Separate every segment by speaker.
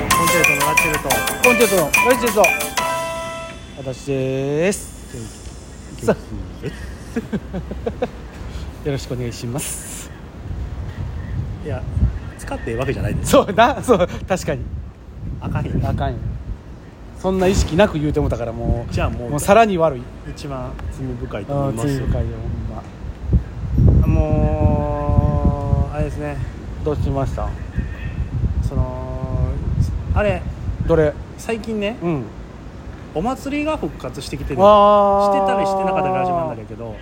Speaker 1: ラチェルト
Speaker 2: コンチェルトのラジチェルト私ですさあよろしくお願いします
Speaker 1: いや使ってええわけじゃないです
Speaker 2: そうだそう確かに
Speaker 1: 赤い
Speaker 2: あかんよそんな意識なく言うてもたからもう
Speaker 1: じゃあもう
Speaker 2: もうさらに悪い
Speaker 1: 一番罪深いと
Speaker 2: あ
Speaker 1: 思います
Speaker 2: ー罪
Speaker 1: よ
Speaker 2: 深いよほんま
Speaker 1: もうあれですね
Speaker 2: どうしました
Speaker 1: そのあれ
Speaker 2: どれ
Speaker 1: 最近ね
Speaker 2: うん
Speaker 1: お祭りが復活してきてるして
Speaker 2: あー
Speaker 1: たりしてなかったりが始まるんだけど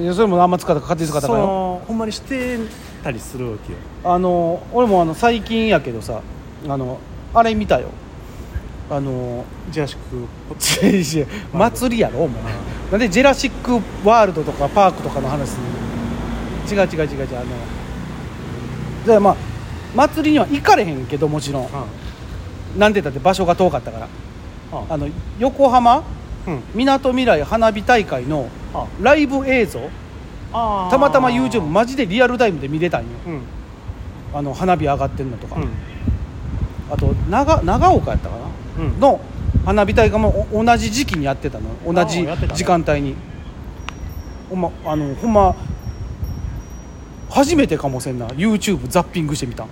Speaker 2: いやそれもあんま使ったか勝手に使った
Speaker 1: そ
Speaker 2: かよ
Speaker 1: のほんまにしてたりするわけよ
Speaker 2: あの俺もあの最近やけどさあのあれ見たよあの
Speaker 1: ジェラシックこっち
Speaker 2: いやいや 祭りやろお前なんでジェラシックワールドとかパークとかの話すんの違う違う違う違うあのじゃあまあ祭りには行かれへんけどもちろんなんでだって場所が遠かったからあの横浜
Speaker 1: うん
Speaker 2: みなとみらい花火大会の
Speaker 1: あ
Speaker 2: ライブ映像
Speaker 1: あー
Speaker 2: たまたま YouTube マジでリアルタイムで見れたんよ
Speaker 1: うんうん
Speaker 2: あの花火上がってんのとか、あと長長岡やったかな、
Speaker 1: うん
Speaker 2: の花火大会もお同じ時期にやってたの同じ
Speaker 1: やってたね
Speaker 2: 時間帯にほんまあのほんま初めてかもせんな YouTube ザッピングしてみたん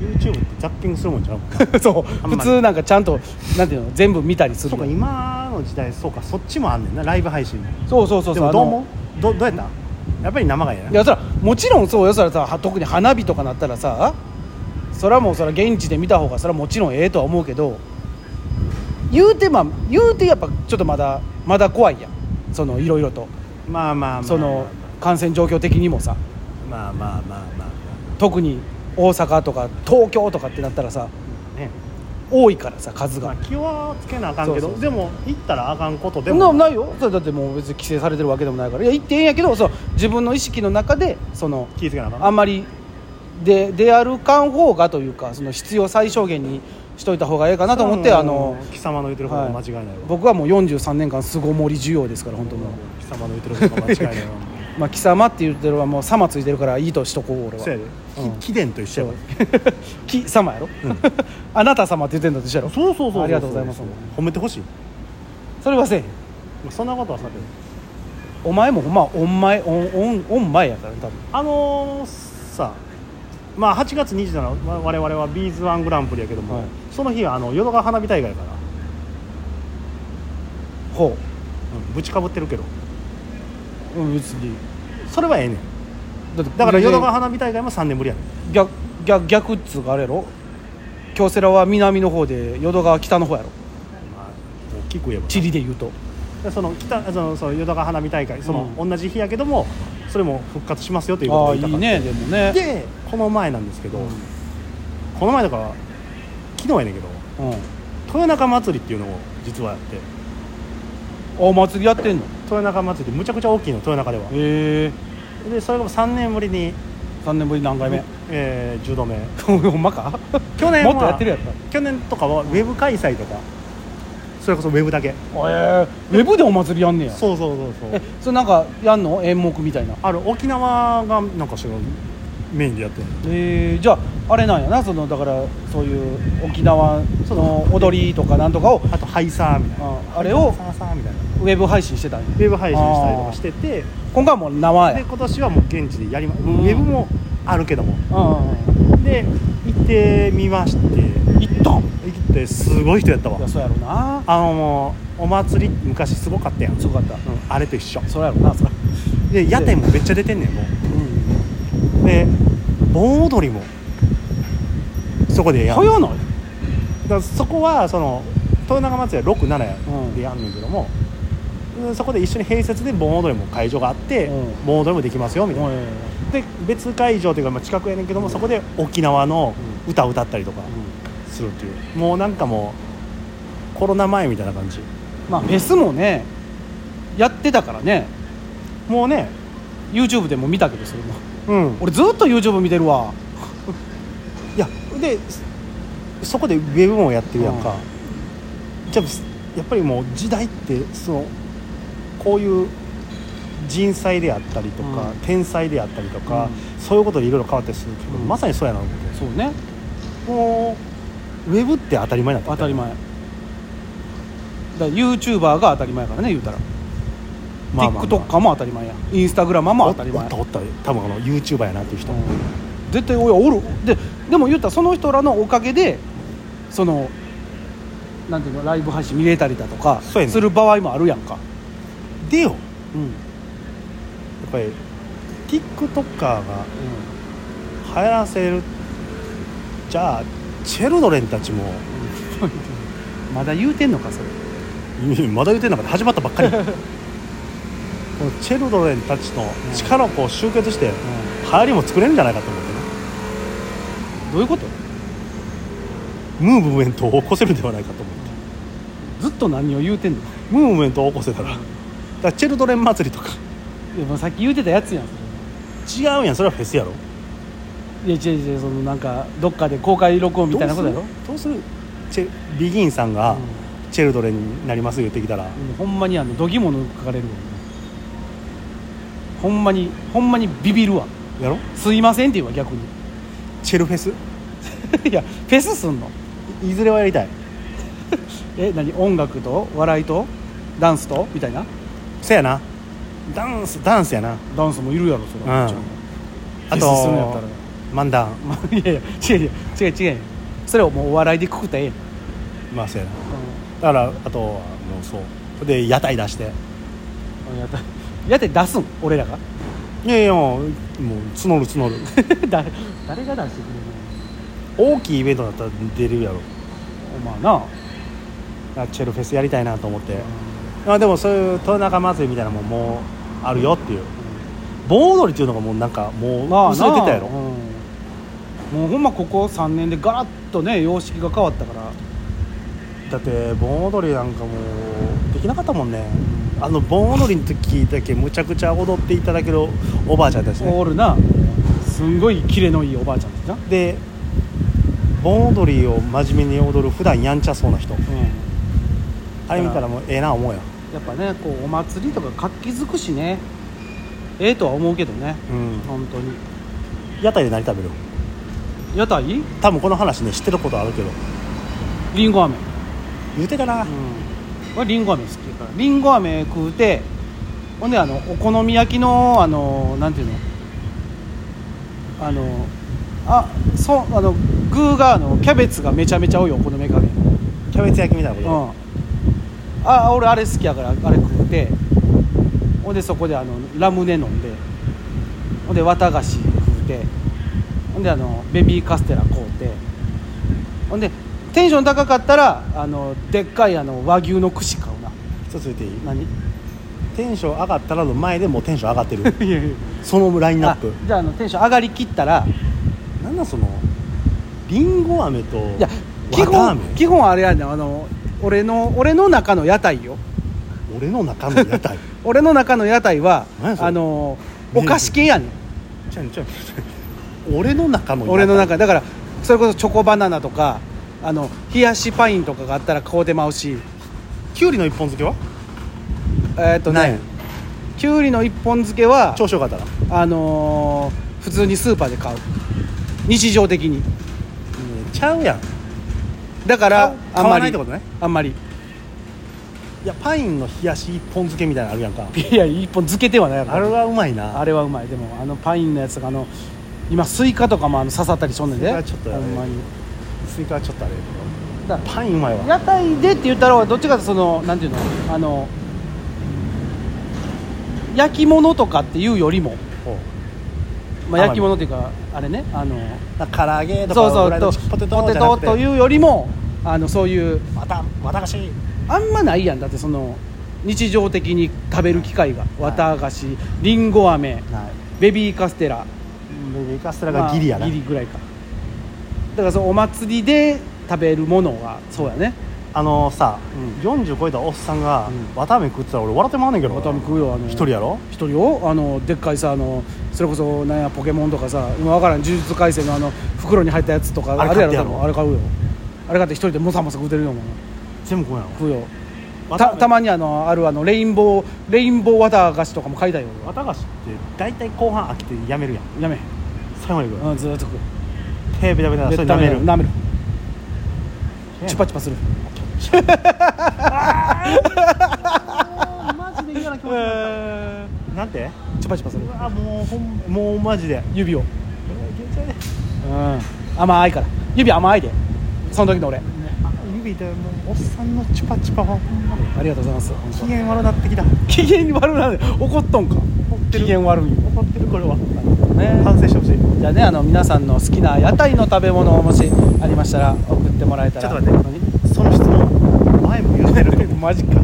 Speaker 1: YouTube ってザッピングするもんちゃうもんな
Speaker 2: そう
Speaker 1: あんま
Speaker 2: 普
Speaker 1: り
Speaker 2: 通なんかちゃんとなんていうの全部見たりす
Speaker 1: そ
Speaker 2: る
Speaker 1: うか
Speaker 2: の
Speaker 1: 今の時代そうかそっちもあんねんなライブ配信も
Speaker 2: そうそうそう
Speaker 1: でも
Speaker 2: そうあ
Speaker 1: どう
Speaker 2: の
Speaker 1: もどどうやったやっぱり生がいいない
Speaker 2: やそらもちろんそうよそらさは特に花火とかなったらさそらもうそら現地で見た方がそらもちろんええとは思うけど言うてまあ言うてやっぱちょっとまだまだ怖いやんそのいろいろと
Speaker 1: まあまあまあ
Speaker 2: その感染状況的にもさ
Speaker 1: まあまあまあまあまあ
Speaker 2: 特に大阪とか東京とかってなったらさ
Speaker 1: ね
Speaker 2: 多いからさ数
Speaker 1: ま
Speaker 2: が
Speaker 1: あ、気はつけなあかんけ
Speaker 2: そうそう
Speaker 1: ど
Speaker 2: そう
Speaker 1: でも行ったらあかんことで
Speaker 2: でも
Speaker 1: も
Speaker 2: ないよそれだってもう別に規制されてるわけでもないからいや言ってええんやけどそう自分の意識の中でその
Speaker 1: 気ぃつけなあかん
Speaker 2: あんまりで出歩かん方がというかその必要最小限にしといた方がええかなと思って、
Speaker 1: うん
Speaker 2: あの
Speaker 1: 貴様の言ってることは間違いないわ、
Speaker 2: 僕はもう43年間巣ごもり需要ですから本当もう、
Speaker 1: 貴様の言ってることは間違い ないわ
Speaker 2: まあ、貴様って言ってるのはもう「様」ついてるからいいとしとこう俺は
Speaker 1: そうやで、
Speaker 2: うん
Speaker 1: 貴殿と一緒やわ
Speaker 2: 「貴様」やろ、 あなた様って言ってんだと一緒やろ
Speaker 1: そうそうそうそう
Speaker 2: ありがとうございます
Speaker 1: 褒めてほしい
Speaker 2: それはせえへん
Speaker 1: まあそんなことはさて
Speaker 2: お前もほんまおん前おんおんおん前やからね多分
Speaker 1: あのーさまあ8月27日わ我々はビーズワングランプリやけども、
Speaker 2: はい
Speaker 1: その日はあの淀川花火大会やから、
Speaker 2: ほ
Speaker 1: うんぶちかぶってるけど
Speaker 2: ううん別に
Speaker 1: それはええねん
Speaker 2: だって
Speaker 1: だから淀川
Speaker 2: 全
Speaker 1: 花火大会も3年ぶりやねん
Speaker 2: 然逆逆逆っつうかあれやろ京セラは南の方で淀川北の方やろ
Speaker 1: まあ大きく言えば
Speaker 2: 地理で言うと
Speaker 1: でその北そのその淀川花火大会その、
Speaker 2: う
Speaker 1: 同じ日やけどもそれも復活しますよというこ
Speaker 2: あ
Speaker 1: と
Speaker 2: あ
Speaker 1: を
Speaker 2: い
Speaker 1: 言
Speaker 2: い
Speaker 1: いたかっ
Speaker 2: ねでもね
Speaker 1: たでこの前なんですけど、この前だから昨日やねんけど
Speaker 2: うん、うん、
Speaker 1: 豊中祭りっていうのを実はやって
Speaker 2: お祭りやってんの
Speaker 1: 豊中祭りってむちゃくちゃ大きいの豊中では
Speaker 2: へえ
Speaker 1: でそれが3年ぶりに、
Speaker 2: 3年ぶり何回目
Speaker 1: えー、10度目
Speaker 2: ほんまか
Speaker 1: 去年
Speaker 2: も
Speaker 1: は
Speaker 2: っとやってるやった
Speaker 1: 去年とかはウェブ開催とかそれこそウェブだけ
Speaker 2: ええウェブでお祭りやんねや
Speaker 1: そうそうそうそ
Speaker 2: え
Speaker 1: う
Speaker 2: それなんかやんの演目みたいな
Speaker 1: ある沖縄がなんかそのメインでやってる
Speaker 2: えー、じゃああれなんやなそのだからそういう沖縄の踊りとかなんとかを
Speaker 1: あとハイサーみたいな
Speaker 2: ああれを
Speaker 1: ハイサーみたいな
Speaker 2: ウェブ配信してたんや
Speaker 1: ウェブ配信したりとかしてて
Speaker 2: 今回はもう生や
Speaker 1: で今年はもう現地でやりま、
Speaker 2: ん
Speaker 1: ウェブもあるけども
Speaker 2: うんうん
Speaker 1: で行ってみまして
Speaker 2: うん行ったん
Speaker 1: 行ってすごい人やったわ
Speaker 2: いやそうやろな
Speaker 1: あのもうお祭り昔すごかったやん、うん、
Speaker 2: すごかった
Speaker 1: あれと一緒
Speaker 2: そうやろなそら
Speaker 1: で屋台もめっちゃ出てんねんもう
Speaker 2: うん
Speaker 1: で盆踊りもそこでやん
Speaker 2: 早ない
Speaker 1: だからそこはその豊中祭りは67や
Speaker 2: うん
Speaker 1: でやんねんけども、うんそこで一緒に併設で盆踊りも会場があって、
Speaker 2: うん
Speaker 1: 盆踊りもできますよみたいな、
Speaker 2: おいおいおい
Speaker 1: で別会場というか、まあ、近くやねんけども、そこで沖縄の歌を歌ったりとかするっていう、もうなんかもうコロナ前みたいな感じ
Speaker 2: まあフェスもねやってたからね
Speaker 1: もうね
Speaker 2: YouTube でも見たけどそれも
Speaker 1: うん
Speaker 2: 俺ずっと YouTube 見てるわ
Speaker 1: いやでそこでウェブもやってるやんか、じゃあやっぱりもう時代ってそのこういう人災であったりとか、
Speaker 2: うん
Speaker 1: 天才であったりとか、
Speaker 2: う
Speaker 1: そういうことでいろいろ変わったりするけど、
Speaker 2: うん
Speaker 1: まさにそうやなと思って
Speaker 2: そうね
Speaker 1: もウェブって当たり前になった
Speaker 2: 当たり前だから YouTuber が当たり前やからね言うたら、
Speaker 1: まあまあまあ
Speaker 2: TikToker も当たり前やインスタグラマーも当たり前
Speaker 1: おおったおった多分あの YouTuber やなっていう人、
Speaker 2: うん絶対おやおるででも言ったらその人らのおかげでそのなんていうのライブ配信見れたりだとか
Speaker 1: そうやねん
Speaker 2: する場合もあるやんか
Speaker 1: でよやっ
Speaker 2: うんうん
Speaker 1: ぱり TikToker が流行らせるじゃあチェルドレンたちも
Speaker 2: まだ言うてんのかそれ
Speaker 1: まだ言うてんのかって始まったばっ かりこのチェルドレンたちの力をこう集結して流行りも作れるんじゃないかと思ってね
Speaker 2: どういうこと
Speaker 1: ムーブメントを起こせるんではないかと思って
Speaker 2: ずっと何を言うてんの
Speaker 1: ムーブメントを起こせたらだからチェルドレン祭りとか
Speaker 2: いやもうさっき言うてたやつやん
Speaker 1: 違うんやんそれはフェスやろ
Speaker 2: いや違う違うそのなんかどっかで公開録音みたいなことやろ
Speaker 1: どうするどうするチェビギンさんがチェルドレンになります言ってきたら、
Speaker 2: うんもうほんまにあのどぎも抜かれるわほんまにほんまにビビるわ
Speaker 1: やろ
Speaker 2: すいませんって言うわ逆に
Speaker 1: チェルフェス
Speaker 2: いやフェスすんの
Speaker 1: いいずれはやりたい
Speaker 2: え何音楽と笑いとダンスとみたいな
Speaker 1: せやなダンスダンスやな
Speaker 2: ダンスもいるやろそれ
Speaker 1: うん
Speaker 2: はもちろん
Speaker 1: あ
Speaker 2: フェ
Speaker 1: と
Speaker 2: スするんやったら
Speaker 1: 漫談
Speaker 2: まあいやいや違う違う違う違うそれをもうお笑いでくくったらええやん
Speaker 1: まあせやなだからあとはもうそうで屋台出して
Speaker 2: うんやったやって出すん俺 らが
Speaker 1: いやいやもう募る募る
Speaker 2: 誰誰が出してくれる
Speaker 1: 大きいイベントだったら出るやろ
Speaker 2: のまあな
Speaker 1: だからチェルフェスやりたいなと思って、あでもそういう豊中祭りみたいなのももうあるよっていう盆踊りっていうのがもうなんかも
Speaker 2: まあ
Speaker 1: う薄れてたやろ、
Speaker 2: なうんもうほんまここ3年でガラッとね様式が変わったから
Speaker 1: だって盆踊りなんかもうできなかったもんねあの盆踊りの時だけむちゃくちゃ踊っていただけるおばあちゃんたちね
Speaker 2: オールなすんごいキレのいいおばあちゃんですな
Speaker 1: で盆踊りを真面目に踊る普段やんちゃそうな人
Speaker 2: うん
Speaker 1: あれ見たらもうええな思うよ
Speaker 2: やっぱねこうお祭りとか活気づくしねええとは思うけどね
Speaker 1: うん
Speaker 2: 本当に
Speaker 1: 屋台で何食べる
Speaker 2: 屋台
Speaker 1: 多分この話ね知ってることあるけど
Speaker 2: りんご飴
Speaker 1: 言うてかな、
Speaker 2: うん俺りんご飴好きやからりんご飴食うてほんであのお好み焼きのあのなんていうのあのあそうあの具があのキャベツがめちゃめちゃ多いお好み焼きあるやん
Speaker 1: キャベツ焼きみたいな
Speaker 2: う
Speaker 1: こ
Speaker 2: んあ俺あれ好きやからあれ食うてほんでそこであのラムネ飲んでほんで綿菓子食うてほんであのベビーカステラ買うてほんでテンション高かったらあのでっかいあの和牛の串買うな
Speaker 1: とちょっと言 っていい
Speaker 2: 何い
Speaker 1: テンション上がったらの前でもうテンション上がってる
Speaker 2: やい
Speaker 1: そのラインナ
Speaker 2: や
Speaker 1: ップ
Speaker 2: じゃああのテンション上がりきったら
Speaker 1: なんだそのりんご飴と
Speaker 2: いや基
Speaker 1: わたあ
Speaker 2: 本
Speaker 1: め
Speaker 2: 基本あれやねんあの俺の俺の中の屋台よ
Speaker 1: 俺の中の屋 台
Speaker 2: 俺の中の屋台は
Speaker 1: 何やそれ
Speaker 2: あのお菓子系やねん
Speaker 1: ちゃうちゃう俺の中の屋台
Speaker 2: 俺の中だからそれこそチョコバナナとかあの冷やしパインとかがあったら買うてまうし
Speaker 1: きゅうりの一本漬けは
Speaker 2: えーっと
Speaker 1: ない
Speaker 2: ねきゅうりの一本漬けは
Speaker 1: 調子よかったら
Speaker 2: あのー普通にスーパーで買う日常的に
Speaker 1: ちゃうやん
Speaker 2: だからあ
Speaker 1: 買
Speaker 2: ん
Speaker 1: わな
Speaker 2: ま
Speaker 1: いっ
Speaker 2: り
Speaker 1: てことね
Speaker 2: あんまり
Speaker 1: いやパインの冷やし一本漬けみたいなのあるやんか
Speaker 2: いや一本漬けてはないやろ
Speaker 1: あれはうまいな
Speaker 2: あれはうまいでもあのパインのやつがあの今スイカとかもあの刺さったりしとんねんで
Speaker 1: スイカちょっとや
Speaker 2: ほ
Speaker 1: ね
Speaker 2: んまに
Speaker 1: スイカはちょっとあれや
Speaker 2: だ
Speaker 1: けどパインうまいわ
Speaker 2: 屋台でって言ったらどっちかというとそのなんていうのあの焼き物とかっていうよりも、
Speaker 1: ほう
Speaker 2: まあ、焼き物っていうかあれねあの
Speaker 1: なんか唐揚げとか
Speaker 2: そうそ
Speaker 1: フラ
Speaker 2: う
Speaker 1: イド
Speaker 2: と
Speaker 1: チキンポテト
Speaker 2: ポ
Speaker 1: じ
Speaker 2: テ
Speaker 1: ゃな
Speaker 2: ト
Speaker 1: く
Speaker 2: と
Speaker 1: て
Speaker 2: いうよりもあのそういう
Speaker 1: またまたかし
Speaker 2: あんまないやんだってその日常的に食べる機会が綿菓子りんご飴
Speaker 1: はい
Speaker 2: ベビーカステラ
Speaker 1: ベビーカステラがギリやな、
Speaker 2: まあギリぐらいかだからそのお祭りで食べるものがそうやね
Speaker 1: あのさ、
Speaker 2: う
Speaker 1: 40超えたおっさんが、
Speaker 2: うん
Speaker 1: わたあめ食ってたら俺笑ってまわねんけどな
Speaker 2: 渡辺食うよあの
Speaker 1: 一人やろ
Speaker 2: 一人よあのでっかいさあのそれこそなんやポケモンとかさ今分からん呪術廻戦のあの袋に入ったやつとか
Speaker 1: あれ
Speaker 2: ある
Speaker 1: 買
Speaker 2: やろ
Speaker 1: ってや
Speaker 2: 多
Speaker 1: ろ
Speaker 2: 分あれ買うよあれ買って一人でもさもさ食うてるよもう
Speaker 1: 全部食うやろ
Speaker 2: 食うよ
Speaker 1: わ
Speaker 2: たた
Speaker 1: ま
Speaker 2: まにあのあるあのレインボーレインボー綿菓子とかも買いたいよ俺は
Speaker 1: わたがしって大体後半飽きてやめるやん
Speaker 2: やめへ
Speaker 1: 最後まで食
Speaker 2: ん、うん、ずーっと食う
Speaker 1: う手ベタベタそれ舐
Speaker 2: 舐
Speaker 1: め
Speaker 2: め
Speaker 1: る
Speaker 2: る舐めるチュパチュパする
Speaker 1: マジで嫌な気持ちになっ
Speaker 2: え
Speaker 1: たなんて
Speaker 2: ーチュパチュパする
Speaker 1: うわもうほんもうマジで
Speaker 2: 指をうん
Speaker 1: 現状ね
Speaker 2: 甘いから指甘いでその時の俺
Speaker 1: 指痛いもうおっさんのチュパチュパはほんま
Speaker 2: ありがとうございます本
Speaker 1: 機嫌悪なってきた
Speaker 2: 当機嫌に悪いなんで怒っとんか
Speaker 1: ってる
Speaker 2: 機嫌悪いよ
Speaker 1: 怒ってるこれは
Speaker 2: ね
Speaker 1: 反省してほしい
Speaker 2: じゃあねあの皆さんの好きな屋台の食べ物をもしありましたら送ってもらえたら
Speaker 1: ちょっと待ってその質問前も言ってる
Speaker 2: てマジか